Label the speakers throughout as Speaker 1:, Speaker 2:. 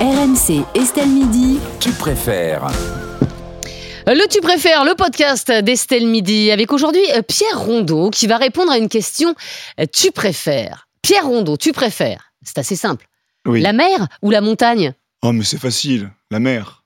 Speaker 1: RMC Estelle Midi.
Speaker 2: Tu préfères
Speaker 3: Le Tu préfères, le podcast d'Estelle Midi, avec aujourd'hui euh, Pierre Rondeau qui va répondre à une question euh, Tu préfères Pierre Rondeau, tu préfères C'est assez simple.
Speaker 4: Oui.
Speaker 3: La mer ou la montagne
Speaker 4: Oh, mais c'est facile. La mer.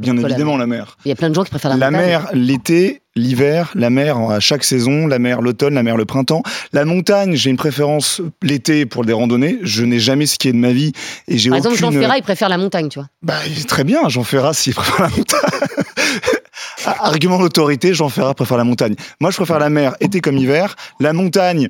Speaker 4: Bien
Speaker 3: Pourquoi la
Speaker 4: évidemment, la mer.
Speaker 3: Il y a plein de gens qui préfèrent la,
Speaker 4: La,
Speaker 3: montagne.
Speaker 4: mer, l'été, l'hiver, la mer à chaque saison, la mer l'automne, la mer le printemps. La montagne, j'ai une préférence l'été pour des randonnées. Je n'ai jamais skié de ma vie et j'ai
Speaker 3: Par
Speaker 4: aucune...
Speaker 3: exemple, Jean Ferrat, il préfère la montagne, tu vois.
Speaker 4: Bah, très bien, Jean Ferrat, s'il préfère la montagne. Argument d'autorité, Jean Ferrat préfère la montagne. Moi, je préfère la mer, été comme hiver. La montagne,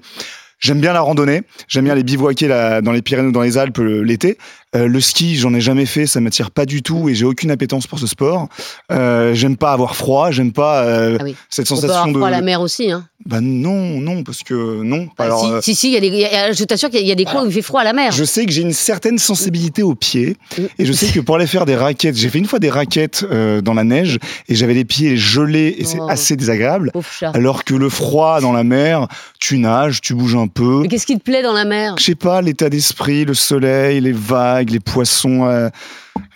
Speaker 4: j'aime bien la randonnée. J'aime bien les bivouaquer là, dans les Pyrénées ou dans les Alpes euh, l'été. Euh, le ski, j'en ai jamais fait, ça m'attire pas du tout et j'ai aucune appétence pour ce sport. Euh, j'aime pas avoir froid, j'aime pas euh,
Speaker 3: Ah oui.
Speaker 4: cette
Speaker 3: On peut avoir
Speaker 4: sensation de.
Speaker 3: froid à la mer aussi. Hein.
Speaker 4: Bah non, non, parce que non.
Speaker 3: Bah,
Speaker 4: Alors,
Speaker 3: si,
Speaker 4: euh, Ah,
Speaker 3: si, si, il y a des- il y a- je t'assure qu'il y a- il y a des coins où il fait froid à la mer.
Speaker 4: Je sais que j'ai une certaine sensibilité aux pieds
Speaker 3: Mm.
Speaker 4: et je sais que pour aller faire des raquettes, j'ai fait une fois des raquettes euh, dans la neige et j'avais les pieds gelés et c'est
Speaker 3: Oh.
Speaker 4: assez désagréable.
Speaker 3: Pauvre chat.
Speaker 4: Alors que le froid dans la mer, tu nages, tu bouges un peu.
Speaker 3: Mais qu'est-ce qui te plaît dans la mer
Speaker 4: Je sais pas, l'état d'esprit, le soleil, les vagues, les poissons, euh,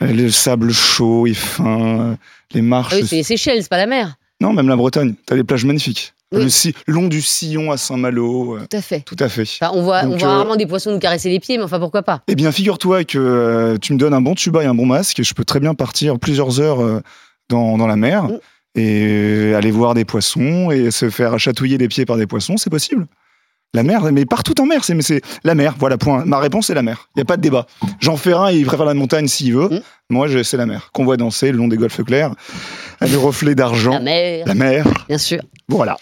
Speaker 4: euh, le sable chaud et fin, euh, les marches.
Speaker 3: ah oui, c'est les Seychelles, c'est pas la mer.
Speaker 4: Non, même la Bretagne, t'as des plages magnifiques.
Speaker 3: Oui.
Speaker 4: Le, si- le long du sillon à Saint-Malo, euh,
Speaker 3: Tout à fait.
Speaker 4: tout à fait.
Speaker 3: Enfin, on voit, on
Speaker 4: Donc,
Speaker 3: voit
Speaker 4: euh,
Speaker 3: rarement des poissons nous caresser les pieds, mais enfin pourquoi pas
Speaker 4: Eh bien, figure-toi que euh, tu me donnes un bon tuba et un bon masque et je peux très bien partir plusieurs heures euh, dans, dans la mer
Speaker 3: Mm.
Speaker 4: et aller voir des poissons et se faire chatouiller les pieds par des poissons, c'est possible. La mer, mais partout en mer, c'est mais c'est la mer, voilà, point. Ma réponse, c'est la mer. Il n'y a pas de débat. Jean Ferrin, il préfère la montagne s'il veut.
Speaker 3: Mm.
Speaker 4: Moi, je- c'est la mer. Qu'on voit danser le long des golfes clairs, à des reflets d'argent.
Speaker 3: La mer,
Speaker 4: La mer,
Speaker 3: bien sûr.
Speaker 4: voilà.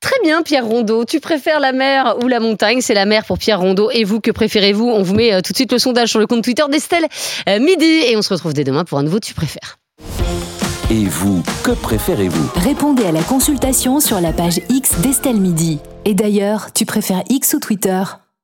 Speaker 3: Très bien, Pierre Rondeau. Tu préfères la mer ou la montagne C'est la mer pour Pierre Rondeau. Et vous, que préférez-vous On vous met euh, tout de suite le sondage sur le compte Twitter d'Estelle euh, Midi. Et on se retrouve dès demain pour un nouveau Tu préfères.
Speaker 2: Et vous, que préférez-vous
Speaker 1: Répondez à la consultation sur la page X d'Estelle Midi. Et d'ailleurs, tu préfères X ou Twitter